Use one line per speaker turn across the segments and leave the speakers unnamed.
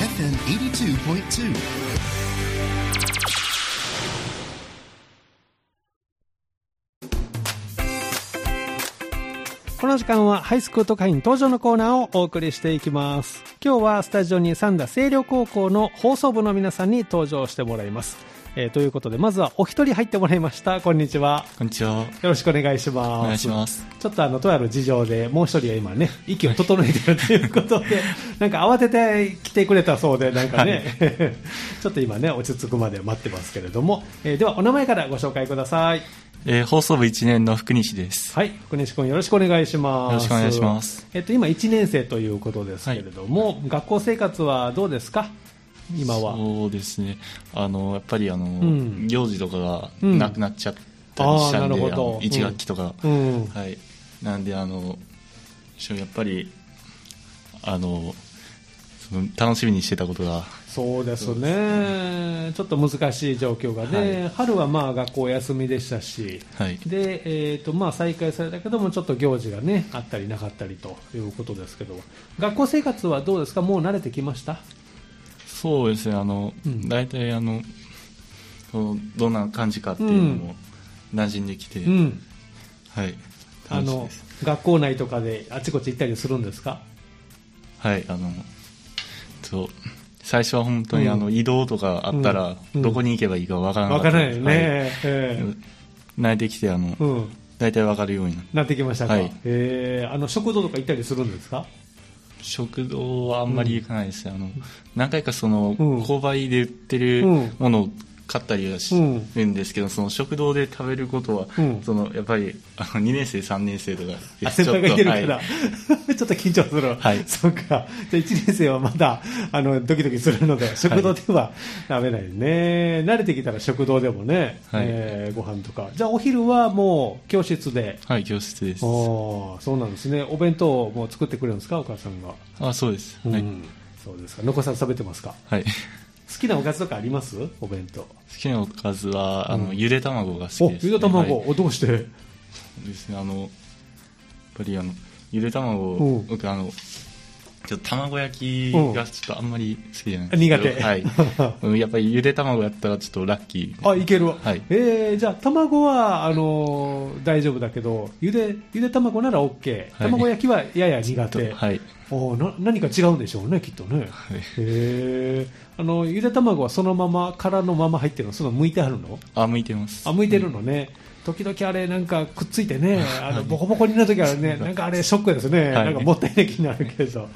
FM 82.2.
FM この時間はハイスクート会員登場のコーナーをお送りしていきます今日はスタジオに三田清涼高校の放送部の皆さんに登場してもらいます、えーということでまずはお一人入ってもらいましたこんにちは
こんにちは。
よろしくお願いします
お願いします。
ちょっとあのとある事情でもう一人は今ね息を整えてるということ でなんか慌てて来てくれたそうでなんかね、 ちょっと今ね落ち着くまで待ってますけれども、えーではお名前からご紹介ください
えー放送部1年の福西です。
はい、福西君よろしくお願いします。
よろしくお願いします。
えっと今1年生ということですけれども、学校生活はどうですか？今は。
そうですね。あの、やっぱりあの、
ん
行事とかが
うん
なくなっちゃったりしたんで、
あーなるほ
あ
ど
の1学期とか。
うん。
はい。なんで、あの、一応やっぱり、あの、その楽しみにしてたことが、
そうですね。ちょっと難しい状況がね、
は
春はまあ学校お休みでしたし。
はい。
で、えーとまあ、再開されたけども、ちょっと行事が、ね、あったりなかったりということですけど、学校生活はどうですか、もう慣れてきました、
そうですね、あの、
うん
大体あの、そのどんな感じかっていうのも馴染んできて、
うん、
はい。
あ
楽しい
の
です。
学校内とかであちこち行ったりするんですか、
はい、あの、そう、最初は本当に、
うん
あの移動とかあったら、
うん
どこに行けばいいかわからな
わ
か
か
った
らないよね、
はい
ええ
慣れてきて、あの、
うん、
大体わかるようになる
なってきましたか、
はい
えーあの食堂とか行ったりするんですか、
食堂はあんまり行かないですね、あの、何回かその、
うん
購買で売ってる
うん
ものを買ったりはし
うん
るんですけど、その食堂で食べることは、
うん
その、やっぱり、あの2年生、3年生とかで
あ先輩がいてるか
ちょ
ら、
っ
ちょっと緊張する、
はい
そうか、じゃあ1年生はまだあのドキドキするので、食堂では食べないね、慣れてきたら食堂でもね、
はい
えーご飯とか、じゃあお昼はもう教室で、
とはい、はい、教室です。
おーそうなんですね、お弁当をもう作ってくれるんですか、お母さんが。
あ、そうです。
うん
はい。
そうですか残さず食べてますか
はい。好
好きなおかずとかありますお弁当
きなおかずは、あの、
うん
ゆで卵が好きです、
お
ね。
ゆで卵、
はい
おどうして
ですねあのやっぱりあのゆで卵
う
を
ん
僕あのちょっと卵焼きがちょっとあんまり好きじゃないんです
苦手
け どはい うんやっぱりゆで卵やったらちょっとラッキー
あいけるわ、
はい
えーじゃあ卵はあのー大丈夫だけどゆでゆで卵なら OK
はい
卵焼きはやや苦手、
とはい
おーな何か違うんでしょうねきっとね、
はい
へーあのゆで卵はそのまま殻のまま入ってるのその剥いてあるの
あ向いてます
あ向いてるのね、時々あれ、なんかくっついてね、あのボコボコになるときは ね、なんかあれ、ショックですね、
はい
なんかもったいない気になるけ ど、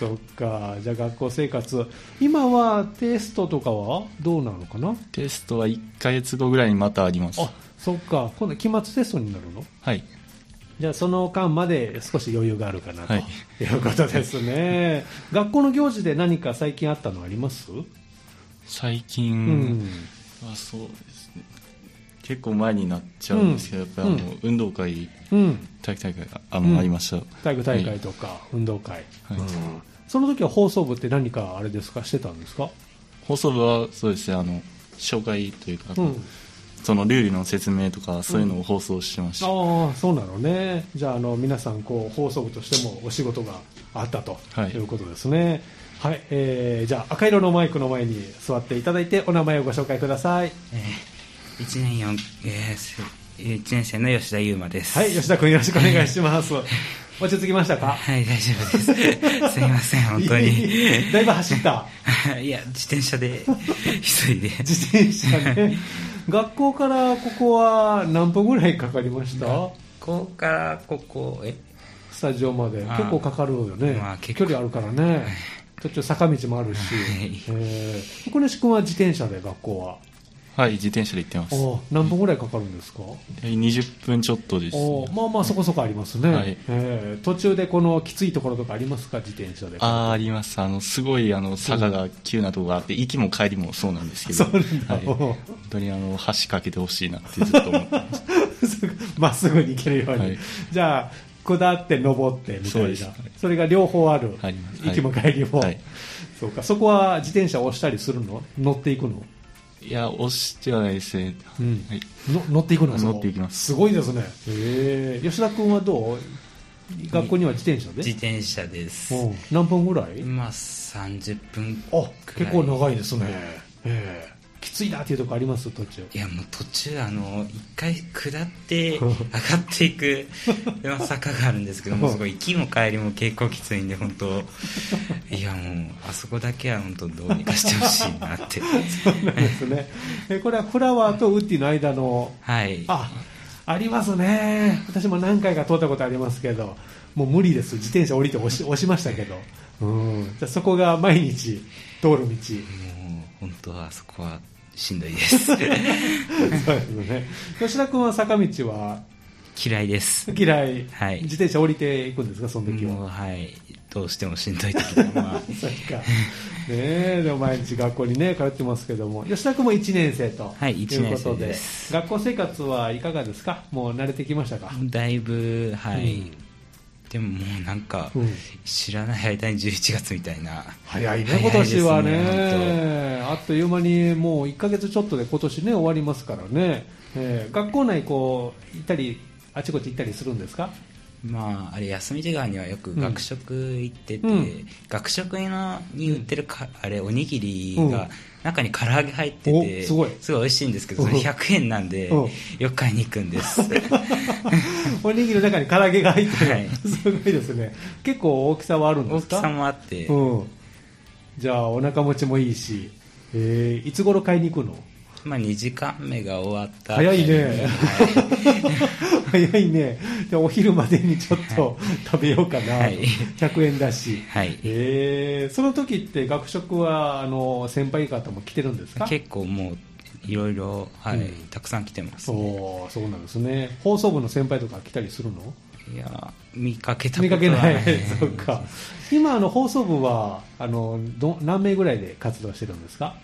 そっか、じゃあ学校生活、今はテストとかはどうなのかな、
テストは1か月後ぐらいにまたあります
あそっか、今度、期末テストになるの
はい
じゃあその間まで少し余裕があるかなと、
はいい、
うことですね、学校の行事で何か最近あったのあります、
最
う
近、あそうですね結構前になっちゃうんですけど、
うん
やっぱりあの、運動会
うん、
体育大会があ,、の
うん
ありましたは
体育大会とか、運動会、
い、
その時は放送部って何かあれですか、してたんですか
放送部はそうですねあの紹介というか、
うん、
そのルールの説明とかそういうのを放送してました、
ああそうなのねじゃああの皆さんこう放送部としてもお仕事があったと
はい
いうことですねはい、えーじゃあ赤色のマイクの前に座っていただいてお名前をご紹介ください
えー、1年四えーすえー、1年生の吉田優馬です。
はい吉田君よろしくお願いします落ち着きましたか
はい、大丈夫です。す いません、本当
い いだいぶ走った
に。いや、自転車で、一人で。
自転車ね学校からここは何分ぐらいかかりました
ここからここ、え、
スタジオまで
あー
結構かかるよね、
まあ結
距
構
離あるからね途中坂道もあるし、
はい
えー、小西君は自転車で学校は
はい自転車で行ってます
お何分ぐらいかかるんですか、
20分ちょっとです、
お
ね、
まあまあそこそこありますね、
はい
えー途中でこのきついところとかありますか自転車で
あーありますあのすごいあの坂が急なとこがあって行きも帰りもそうなんですけ
そ
ど
うなんだ
はい、
お
本当にあの橋かけてほしいなってずっと思って ます
まっすぐに行けるように、
はい
じゃあ下って登ってみたい
そう
な
で
そ,、
すは
れ
い
が両方ある
あります
行きも帰りも、
はい
そうかそこは自転車を押したりするの乗っていくの
いや押してはないですね、
うん
はい、
の乗っていくの
乗
そこ
っていきます
すごいですねへえ吉田君はどう学校には自転車で
自転車です。
うん何分ぐらい
まあ、 30分
あ
くら
結
い
構長いですね、ええきついなっていうとこあります途中
いやもう途中あの一回下って上がっていくまあ坂があるん ですけどもうすごい行きも帰りも結構きついんで本当いやもうあそこだけは本当どうにかしてほしいなっ て
なんですねえこれはフラワーとウッディの間の
はい
あありますね私も何回か通ったことありますけどもう無理です自転車降りて押し押しましたけど、うん、じゃあそこが毎日通 る道
もう本当はあそこはしんどいです
そうですね吉田君は坂道は
嫌いです
嫌い、
はい
自転車降りていくんですかその時は、
もうはいどうしてもしんどい時は、まあ、
そうかねえでも毎日学校にね通ってますけども吉田君も1年生と
は
い
い
うこと
一年生
で,、
です
学校生活はいかがですかもう慣れてきましたか、
だいぶはい、
うん
でももうなんか、
うん
知らない間に11月みたいな
早いね
早い
今
です
年
ね
は
本
ねあっという間にもう1ヶ月ちょっとで今年ね終わりますからね、えー学校内こう行ったりあちこち行ったりするん ですか
まああれ休み時間にはよく学食行ってて、
うん
学食のに売ってるか、あれおにぎり
うん
が中に唐揚げ入ってて、
おすごい
美味しいんですけどそれ
うん
100円なんで、
うん
よく買いに行くんです
おにぎりの中に唐揚げが入ってる、
はい
すごいですね結構大きさはあるんで
大
す
き
か
さもあって、
うん、じゃあお腹持ちもいいし、えーいつ頃買いに 行くの
まあ2時間目が終わった
早いね
はい
早いねじゃあお昼までにちょっと食べようかな、
はい
100円だし、
はい
えーその時って学食はあの先輩方も来てるんですか
結構もういろいろ、はい
うん
たくさん来てます
そうそうなんですね放送部の先輩とか来たりするの
いや見かけたこ
見
と
か
は
けない そうか今あの放送部はあのど何名ぐらいで活動してるんですか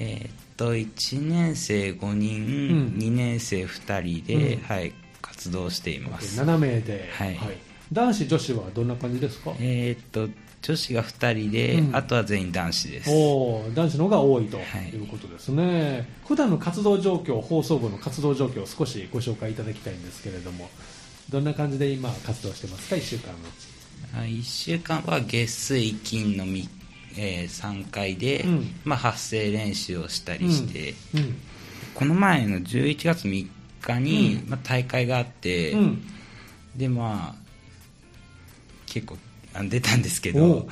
えーっと1年生5人、
うん
2年生2人で、
うん
はい、活動しています
7名で、
はい
男子女子はどんな感じですか
えーっと女子が2人で、
うん
あとは全員男子です
おー男子の方が多いと
はい
いうことですね、普段の活動状況放送部の活動状況を少しご紹介いただきたいんですけれどもどんな感じで今活動してますか1週間のうち
1週間は月水金のみ、え3回で、
うん
まあ、発声練習をしたりして、
うん
この前の11月3日に、
う
まあ、大会があって、
うん
でまあ結構あ出たんですけ
お
ど
うお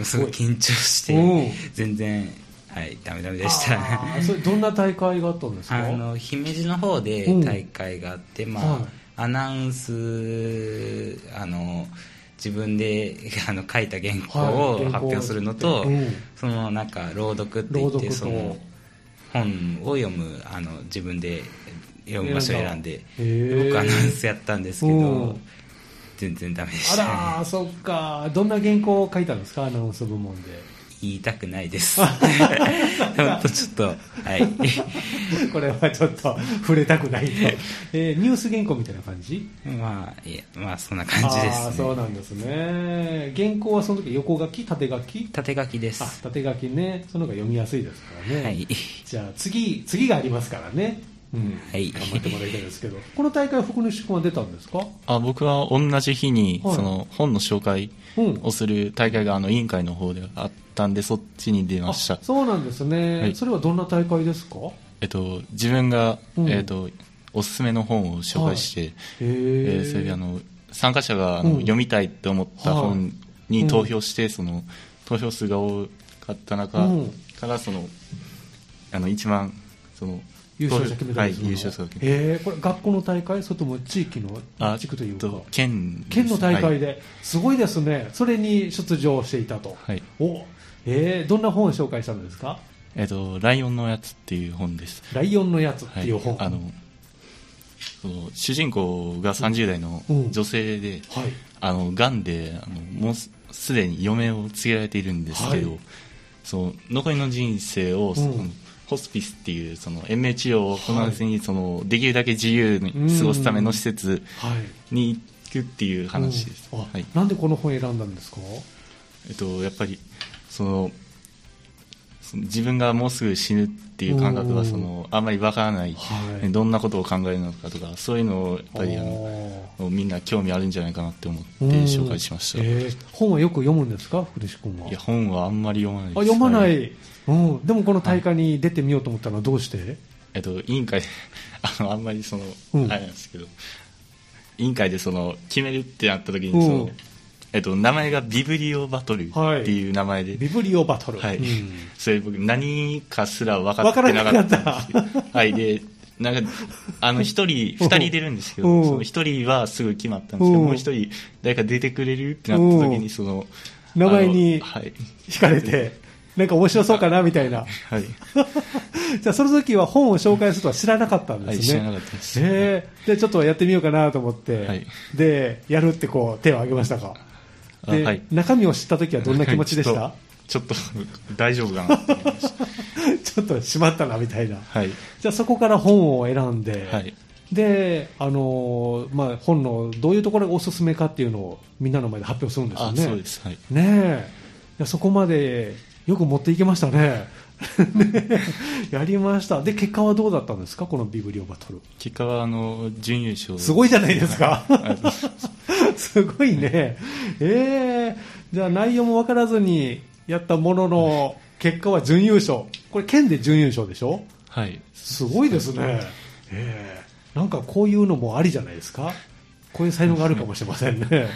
う
すごい緊張し
うん
て全然はいダメダメでした
あーそれどんな大会があったんですか
あの姫路の方で
うん
大会があって、まあ
はい
アナウンスあの自分で あの書いた原稿
はい
を
原
発
稿を
表するのと、
うん
そのなんか朗読って言
朗
っ
読
て
と
その本を読むあの自分で読む場所を選んで
選んだへー
僕アナウンスやったんですけ
う
ど
ん
全然ダメでし
あ
た、
らーそっかどんな原稿を書いたんですかアナウンス部門で
言いたくないです本当ちょっとはい
これはちょっと触れたくないと、えーニュース原稿みたいな感じ
まあいやまあそんな感じで
あー
す、
そう
ね、
なんですね原稿はその時横書き縦書き
縦書きで
あ
す
縦書きねその方が読みやすいですからね、
はい
じゃあ次次がありますからね、うん
はい
頑張ってもらいたいですけどこの大会福西君は出たんです か
あ僕は同じ日に、
はい
その本の紹介
うん
をする大会があの委員会の方であったんでそっちに出ま
あ
した、
そうなんですね、
はい
それはどんな大会ですかへ
えっと、自分が、
うん
えっと、おすすめの本を紹介して、
え
えーそれであの参加者があの、
うん
読みたいって思った
はい
本に投票して、その投票数が多かった中
うん
からそのあの一番その
優勝者決めた
は
り
い
するの
優勝者を決め
えーこれ学校の大会それとも地域の
あ
地区というか
えっと県です
県の大会
はい
で、すごいですねそれに出場していたと、
はい
おえーどんな本を紹介したんですか
えっと「ライオンのやつ」っていう本です、
ライオンのやつっ
は
ていう本。
あのその主人公が30代の
うん
女性で、
はい。
あの、癌で、あの、もうすすでに余命を告げられているんですけど、
はい
その、残りの人生を、その
うん
ホスピスっていう、その、延命治療を行わずに、その、できるだけ自由に過ごすための施設
はい。
に行くっていう話です。
うんあ
はい。
なんでこの本選んだんですか
えっと、やっぱり、その、その自分がもうすぐ死ぬっていう感覚
お
が
ー
そのあんまりわからない、
はい
どんなことを考えるのかとかそういうのをやっぱりあの
の
みんな興味あるんじゃないかなって思って紹介しました、
えー本はよく読むんですか古志君はい
や本はあんまり読まないです
あ読まな、
はい
うん、でもこの大会に出てみようと思ったのはどうして、
えっと、委員会 あのあんまりその、
うん
あれなんですけど委員会でその決めるってなった時に
うん
その、えっと、名前がビブリオバトルっていう名前で、
ビブリオバトル、
はい
うん
それ僕何かすら分かってなかった
分
ん
から
ですけどはいでなんかあの一人
うん
二人出るんですけ
う
ど
ん
その一人はすぐ決まったんですけど
うん
もう一人誰か出てくれるってなった時
うん
にその
名前に
あのはい
惹かれてなんか面白そうかなみたいな
はい、
じゃあその時は本を紹介するとは知らなかったん
は
で
い、
す
知
ね、
らなかったです、
えーでちょっとやってみようかなと思って、
はい
でやるってこう手を挙げましたか
あ
で、
はい
中身を知った時はどんな気持ちでした、
はいちょっとちょっと大丈夫かな って思いました
ちょっとしまったなみたいな
はい
じゃあそこから本を選んで、
はい
であのーまあ、本のどういうところがおすすめかっていうのをみんなの前で発表するんですよ
あ
ね。
そうですはい
ねえいやそこまでよく持っていけましたね ねえやりましたで結果はどうだったんですかこのビブリオバトル
結果はあの準優勝
すごいじゃないですか
はいありがとうございます
すごいねええじゃあ内容も分からずにやったものの結果は準優勝これ県で準優勝でしょ
はい
すごいですね、ええなんかこういうのもありじゃないですか、こういう才能があるかもしれませんね。ね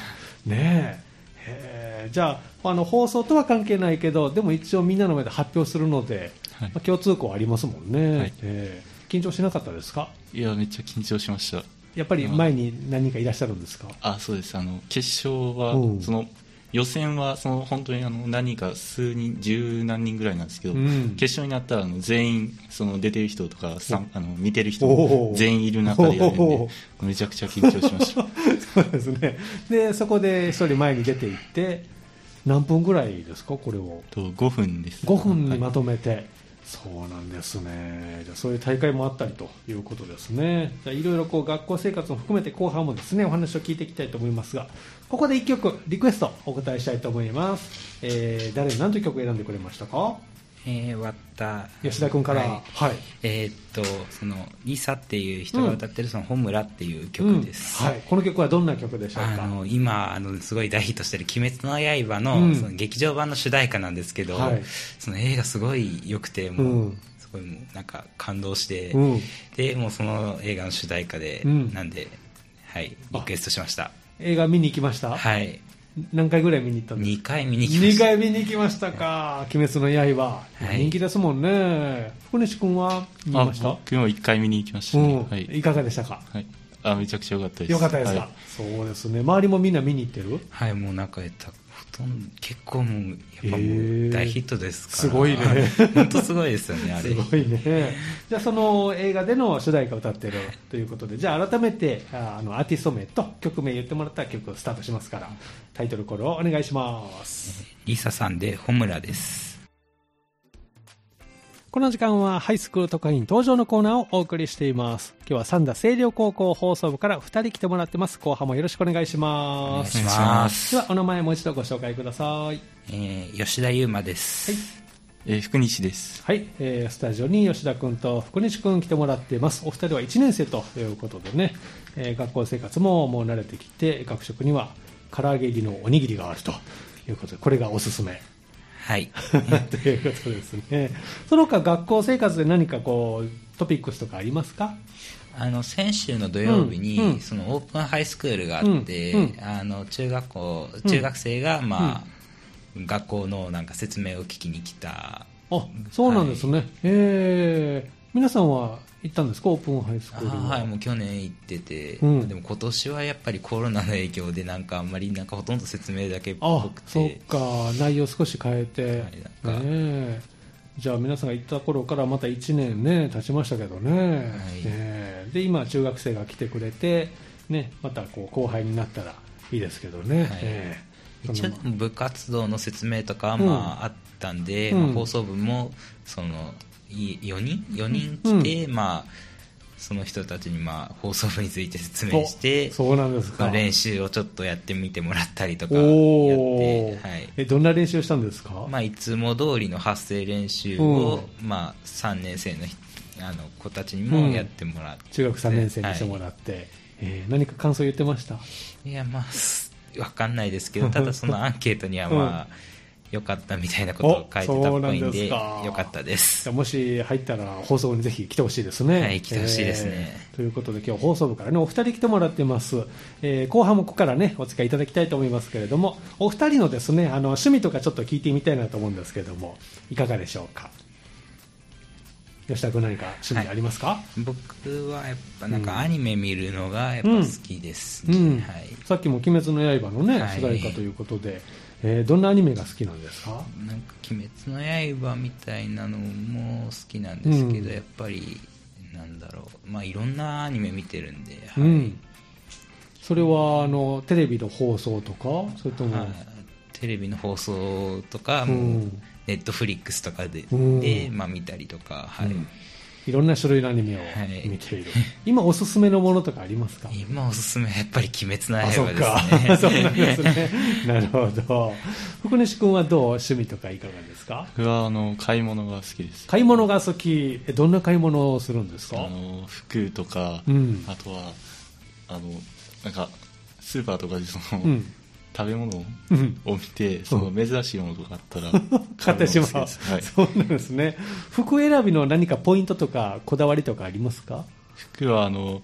えええじゃああの、放送とは関係ないけど、でも一応、みんなの前で発表するので、
は
ま
い
あ共通項ありますもんね、
はい
ええ緊張しなかったですか、
いやめっちゃ緊張しました
やっぱり前に何人かいらっしゃるんですか、
あそうですあの決勝は、
うん
その予選はその本当にあの何人か数人十何人ぐらいなんですけど、
うん
決勝になったらあの全員その出てる人とかさんあの見てる人
おー
全員いる中でやるん
お
でめちゃくちゃ緊張しました
そうですね、でそこで一人前に出ていって、何分ぐらいですか、これを。
と5分です
5分に
は
ま
い
とめて、そうなんですねじゃあそういう大会もあったりということですねじゃあいろいろこう学校生活も含めて後半もですねお話を聞いていきたいと思いますがここで1曲リクエストお答えしたいと思います、えー、誰何という曲を選んでくれましたか
えー、わった
吉田君から
はい
はい、
えーっとそのリサっていう人が歌ってるその「本村」っていう曲です、
うんはい、この曲はどんな曲でしょう
あ
か
の今あのすごい大ヒットしてる「鬼滅の刃の」
うん
その劇場版の主題歌なんですけど、
はい
その映画すごい良くてもう、
うん
すごいもうなんか感動して、
うん
でもうその映画の主題歌で、
うん
なんで、はい、リクエストしました
映画見に行きました、
はい
何回ぐらい見に行ったんですか
2回見に行きま
2
した
回見に行きましたか「鬼滅の刃」
はい
人気ですもんね福西君は見
あ
ました
僕も1回見に行きました
う
ね、
ん
はい、
いかがでしたか
はい、あめちゃくちゃ良かったです
よかったですか、
はい
そうですね周りもみんな見に行ってる
はいもうなんかたほとんど結構もうやっぱ
へ
も
ー
う大ヒットですから
すごいね
本当すごいですよねあれ
すごい ねじゃあその映画での主題歌を歌ってるということでじゃあ改めてああのアーティスト名と曲名言ってもらったら曲をスタートしますからタイトルコールをお願いします
リサさんで「本村」です
この時間はハイスクール特派員登場のコーナーをお送りしています今日は三田清涼高校放送部から2人来てもらってます後半もよろしくお願いし
お
ま
願い
す
し
お願いし
ま
ます
ではお名前もう一度ご紹介ください
えー吉田優馬です、
はい
えー福西です
はい、えースタジオに吉田君と福西君来てもらっています。お二人は1年生ということでね、えー学校生活ももう慣れてきて、学食には唐揚げ入りのおにぎりがあるということで、これがおすすめ
はい。
ということですね。その他学校生活で何かこう、トピックスとかありますか
あの、先週の土曜日に、
うんうん
そのオープンハイスクールがあって、
うんうん
あの、中学校
う、ん
中学生が、まあ、学校のなんか説明を聞きに来た。
あ、そうなんですね。えー皆さんは行ったんですかオープンハイスク
あ
ール
ー
は
はい、もう去年行ってて、
うん
でも今年はやっぱりコロナの影響で、なんかあんまり、なんかほとんど説明だけっ
あ
ぽく、
そってか内容少し変えて、
はいなん
ね
か
えじゃあ皆さんが行った頃からまた1年ね経ちましたけどね,、ねえで今中学生が来てくれて、ね、またこう後輩になったらいいですけどね、
はい
ええ
一応
その
部活動の説明とかは
うん
まああったんで、
うん
まあ放送部もその4人四人来て、まあその人たちにまあ放送部について説明して
おそうなんですか
まあ、練習をちょっとやってみてもらったりとかやっ
お
て
ー、
はい
えどんな練習をしたんですか、
まあ、いつも通りの発声練習を、まあ、3年生の人あの子たちにもやってもらって、
中学3年生にしても
っ
らって、えー何か感想言ってました
て、い、やまあすわかんないです けどただそのアンケートにはまあ、良かったみたいなことを書いてたっぽいん
おそうなんです
で
か
良かったで
じ
す
ゃあもし入ったら放送部にぜひ来てほしいですね。
はい来てほしいですね
えーということで今日放送部からねお二人来てもらってます、えー後半もここからねお付き合いいただきたいと思いますけれどもお二人のですねあの趣味とかちょっと聞いてみたいなと思うんですけれどもいかがでしょうか吉田君何か趣味ありますか、
僕はやっぱなんかアニメ見るのがやっぱ好きですね、
うん
はい
さっきも「鬼滅の刃」のね、
はい
主題歌ということで、えーどんなアニメが好きなんですか
なんか「鬼滅の刃」みたいなのも好きなんですけど、
うん
やっぱりなんだろうまあいろんなアニメ見てるんで、はい
うん、それはあのテレビの放送とかそれとも、
はいテレビの放送とか、
うん
もうネットフリックスとかで,、
うん
でまあ、見たりとか、はい
うんいろんな種類のアニメを
はい
見ている、今おすすめのものとかありますか
今おすすめはやっぱり「鬼滅の
あそっか
刃」で す
そう
ね
なんですねなるほど福西君はどう趣味とかいかがですか
僕はあの買い物が好きです
買い物が好きえどんな買い物をするんですか
あの服とか、
うん
あとはあのなんかスーパーとかでその、
うん
食べ物
うん
を見てその珍しいものとかあっ たら
買ってしまう、
買のが好きですはい、
そうなんですね服選びの何かポイントとかこだわりとかありますか
服はあの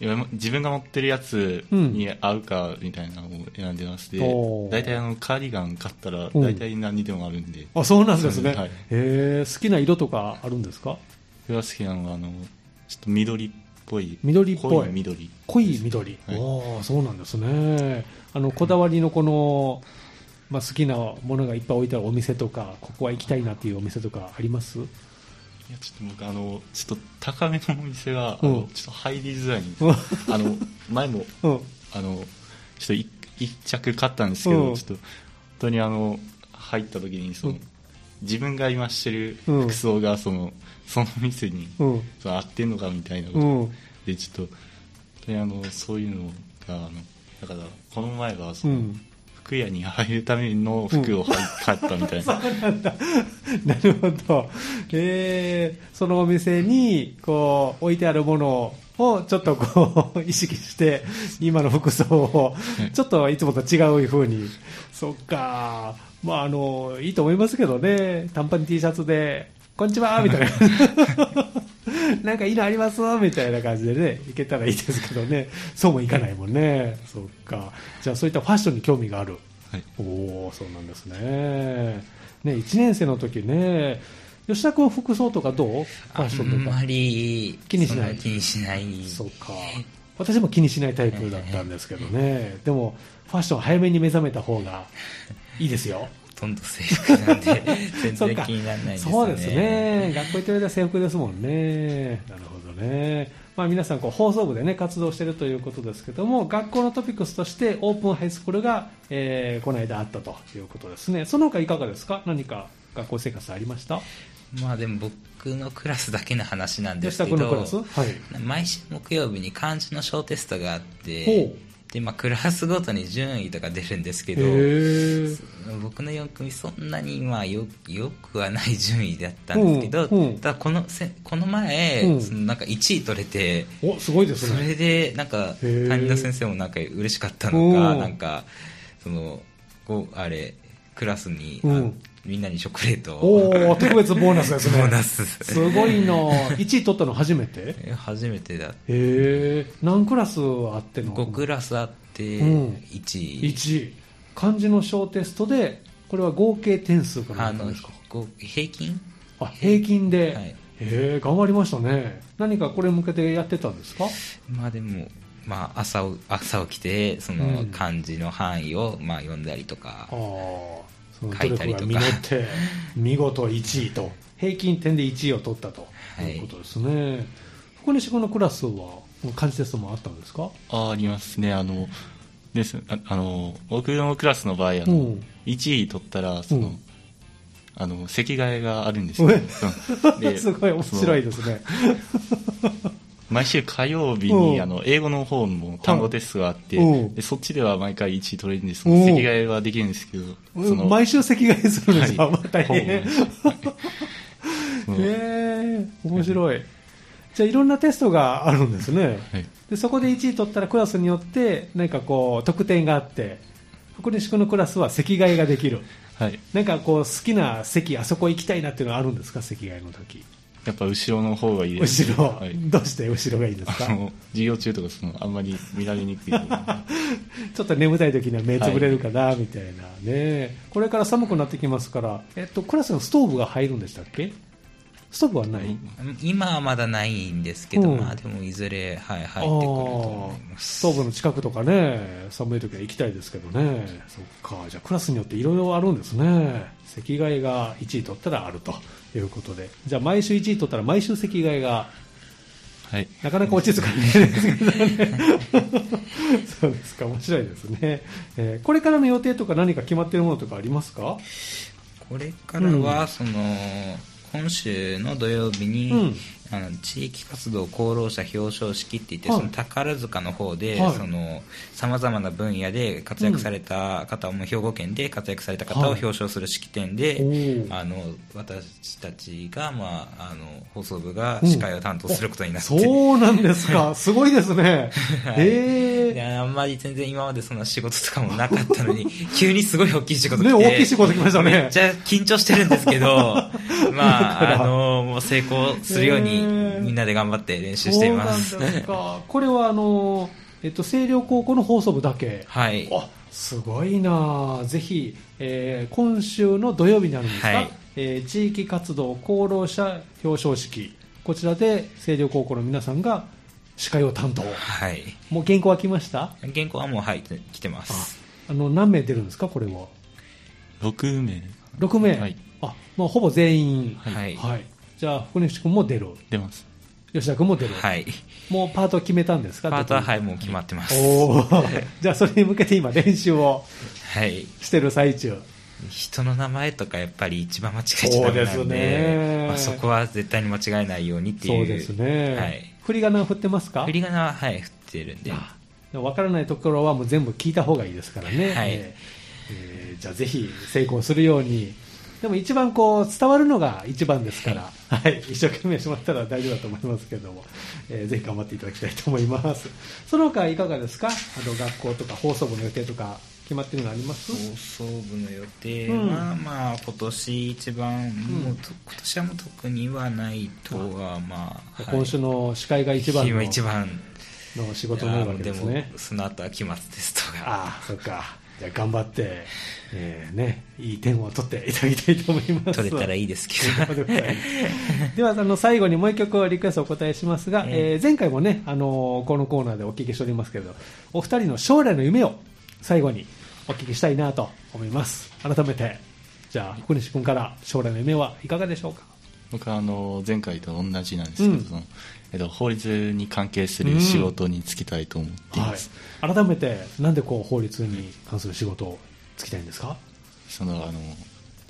今自分が持ってるやつに合うかみたいなのを選んでまして、
おー
大体あのカーディガン買ったら
うん
大体何にでもあるんで、
あそうなんですね、
そうですはい
えー好きな色とかあるんですか
僕が好きなのはあのちょっと緑っぽい
緑っぽい
濃い緑
濃い緑、
はい
おーそうなんですねあのこだわりのこの、まあ、好きなものがいっぱい置いてあるお店とかここは行きたいなっていうお店とかあります
いやちょっと僕あのちょっと高めのお店があ
うん
のちょっと入りづらいんです
うん
あの前も
うん
あのちょっと一一着買ったんですけど、
うん
ちょっと本当にあの入った時にその、
うん
自分が今してる
うん
服装がそのその店に、
うん
その合ってんのかみたいなこと、
うん
でちょっと本当にあのそういうのがあのだからこの前はそうの、
ん
服屋に入るための服を買ったみたいな、
なるほど、えーそのお店にこう置いてあるものをちょっとこう 意識して今の服装をちょっといつもと違う風にそっかまああのいいと思いますけどね短パンに T シャツで「こんにちは」みたいな なんかいいのありますみたいな感じでねいけたらいいですけどねそうもいかないもんねそっかじゃあそういったファッションに興味がある
はい
おおそうなんですねね1年生の時ね吉田君服装とかどうファッシ
あ
ョン
ん
と
ま
か
り
気にしない
そん気にしない
そうか私も気にしないタイプだったんですけどねでもファッション早めに目覚めた方がいいですよ
ほとんど制服な んで全
そう
然
か
気にならないですね
そうですね学校行ってる間は制服ですもんねなるほどね、まあ、皆さんこう放送部でね活動してるということですけども学校のトピックスとしてオープンハイスクールが、えーこの間あったということですねその他いかがですか何か学校生活ありました
まあでも僕のクラスだけの話なんで
吉
す
田
け
君のクラス
ど
はい
毎週木曜日に漢字の小テストがあっ
ほ
てで、まあ、クラスごとに順位とか出るんですけ
へ
ど
ー
僕の4組そんなにまあよよくはない順位だったんですけど、
うんうん
ただこのせこの前、
うん
そのなんか1位取れて
おすごいです
そ
ね
れでなんか
へえ
担任の先生もなんか嬉しかったのか
うん
なんかそのこうあれクラスに、
うん
あみんなにチョコレートを
おお特別ボーナス ですね
ボーナス
すごいな1位取ったの初め てへ
え初めてだ
え何クラスあっての
5クラスあって
うん
1位、
1位漢字の小テストでこれは合計点数かな
あ
んか
の
ですか
こう平均
あ平均で、
はい
へえ頑張りましたね何かこれ向けてやってたんですか
まあでも、まあ、朝を朝起きてそ
うん
の漢字の範囲をまあ読んだりとか、
ああその
書
努
いた
力
り
が
とか
実って見事1位と平均点で1位を取ったと
はい
いうことですね、福西君のクラスは漢字テストもあったんですか
あありますねあのですああの僕のクラスの場合あの、
うん
1位取ったらその、
うん
あ の席替えがあるんですよ、うん
すごい面白いですね
毎週火曜日
うん
にあの英語の方も単語テストがあって、
うん
でそっちでは毎回1位取れるんです。
う
席
ん
替えはできるんですけど、その
毎週席替えするんですか、
はい
まあ大変へ
ほぼはい
え面白いじゃあいろんなテストがあるんですね
はい
でそこで1位取ったらクラスによって何かこう得点があって福西君のクラスは席替えができる
はい。
なんかこう好きな席あそこ行きたいなっていうのはあるんですか席替えの時
やっぱ後ろの方がいいです。
後ろ、
はい。
どうして後ろがいいです
あ
か
の授業中とかそのあんまり見られに くいと思う。
ちょっと眠たい時には目つぶれるかなみたいなね、これから寒くなってきますから、えっと、クラスのストーブが入るんでしたっけストーブはない、
今はまだないんですけど、
うん
まあでもいずれ、はい、入ってくると思い
あー
ます。
ストーブの近くとかね、寒い時は行きたいですけどね、そっか、じゃあクラスによっていろいろあるんですね、席替えが1位取ったらあるということで、じゃあ毎週1位取ったら毎週席替えが
はい。
なかなか落ち着かないですけどね。 そうですか、面白いですね、えーこれからの予定とか何か決まっているものとかありますか
これからは、その、今週の土曜日に、
うん
あの地域活動功労者表彰式って言って、
はい
その宝塚の方で、
はい
そのさまざまな分野で活躍された方を、もう兵庫県で活躍された方を
はい
表彰する式典で、
おー
あの私たちが、まあ、あの放送部が司会を担当することになって、
そうなんです か、すごいですね。
はい
え
であんまり全然今までそんな仕事とかもなかっ たのに、急にすごい大きい仕事来
ね
て。
大きい仕事来ましたね
めっちゃ緊張してるんです けど、
だ
ま
から
あ、あの、もう成功するよう
へー
に、みんなで頑張って練
ー、
習していま
そ
す
う。なんですか、これはあの、えっと、星稜高校の放送部だけ。
はい。
あすごいなあぜひ、えー今週の土曜日になるんですか、
はい
えー地域活動功労者表彰式こちらで星稜高校の皆さんが司会を担当
はい。
もう原稿は来ました
原稿はもう入ってきてま
あ
す。
あの何名出るんですかこれは
6名
6名、
はい
あまあ、ほぼ全員、
はいはい
じゃあ福西君も出る
出ます。
吉田君も出る、
はい。
もうパート決めたんです
パ
か
ートは、はいい、もう決まってます。
おー じゃあそれに向けて今練習を
はい。
してる最中
人の名前とかやっぱり一番間違えちゃダメな
そうんですね
で、まあ、そこは絶対に間違えないようにっていう。
そうですね、
はい。
振り仮名振ってますか
振り仮名は、はい、振ってるんで。
あ分からないところはもう全部聞いた方がいいですからね、
はい
えーえーじゃあぜひ成功するようにでも一番こう伝わるのが一番ですから、はい、一生懸命しまったら大丈夫だと思いますけれども、えーぜひ頑張っていただきたいと思いますその他いかがですかあの学校とか放送部の予定とか決まってるのあります
放送部の予定
うん
は、まあ今年一番、もうと今年はもう特にはないとはまあ、
今週
の
の司会が一
一
番
番
の
の一番
の仕事になるわけ
で
です
も
ね
その後は期末テストが
ああ、そっか。じゃあ頑張って、えーね、いい点を取っていただきたいと思います。
取れたら
い。
いいですけ ど
ではあの最後にもう一曲リクエストお答えしますが、えー前回もね、あのーこのコーナーでお聞きしておりますけれどお二人の将来の夢を最後にお聞きしたいなと思います改めてじゃあ福西君から将来の夢はいかがでしょうか
僕はあの前回と同じなんですけど、
うん
そのえっと、法律に関係する仕事に就きたいと思っています、
はい、改めてなんでこう法律に関する仕事をつきたいんですか、
そのあの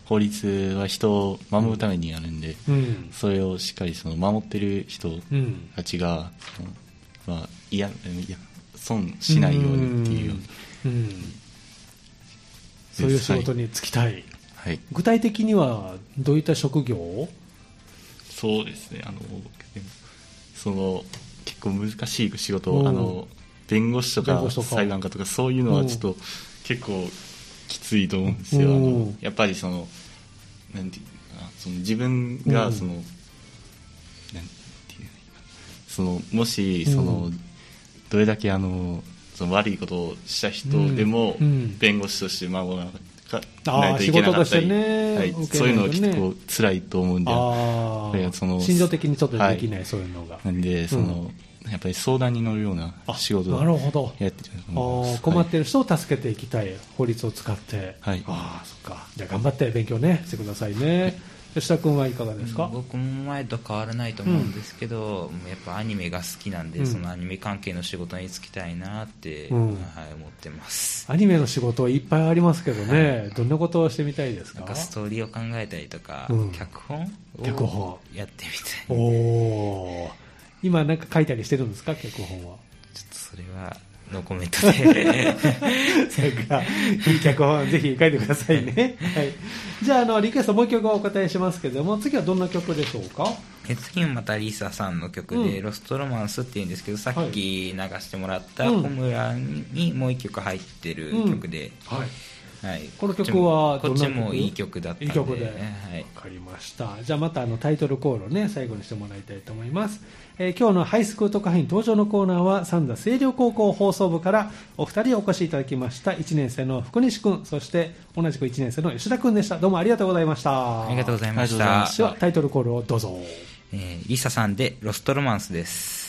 法律は人を守るためにあるんで、
うん
それをしっかりその守ってる人
うん、
たちが、そのまあ、いやいや損しないようにっていうような
うんうんそういう仕事に就きたい、
はい、
具体的にはどういった職業を
そうですねあのでもその結構難しい仕事を
うん
あの弁護士と
弁護
か
士とか
裁判官とかそういうのはちょっと結構きついと思うんですよ、
うん
あのやっぱりそのなんていうかなその自分
う
が
ん
その、なんていうのそのもしその、
うん
どれだけあのその悪いことをした人でも、
うんうん
弁護士として守らなか
あー
ないといけなか
仕事と
った
して
り、
ね
は
受けな
い
いとね
そういうのは結構辛いと思うんで
あ
これ
あ
はその
心情的にちょっとできない、
は
そういうのが
なんで、その、やっぱり相談に乗るような
あ
仕事
なるほど
やってる
あ
と思いま
ー
す
困ってる人を助けていきたい法律を使って、
はい
ああそっかじゃあ頑張って勉強ねしてくださいね吉田君はいかがですか、
僕も前と変わらないと思うんですけど、やっぱアニメが好きなんで、
うん
そのアニメ関係の仕事に就きたいなって、
うん
はい、思ってます
アニメの仕事いっぱいありますけどね、どんなことをしてみたいです
な
か
んかストーリーを考えたりとか、
うん
脚本
脚本
をやってみたい
おお今なんか書いたりしてるんですか脚本は
ちょっとそれはノーコメントで
それからいい脚本ぜひ書いてくださいね、はい、じゃああのリクエストもう一曲お答えしますけども次はどんな曲でしょうか
え次もまたリサさんの曲で「
うん
ロストロマンス」っていうんですけど、さっき流してもらった
うん
小村にもう一曲入ってる曲で、
はい
はい、
この曲は
こっち
どんな曲
もこっちもいい曲だったんで
いい曲で、わ
はい、
かりましたじゃあまたあのタイトルコールをね最後にしてもらいたいと思います、えー今日のハイスクートカフェイン登場のコーナーは三田清涼高校放送部からお二人お越しいただきました1年生の福西君そして同じく1年生の吉田君でしたどうもありがとうございました
ありがとうございまし
ありがとうござい
た
まし
ではタイトルコールをどうぞ
えーリサさんで「ロストロマンス」です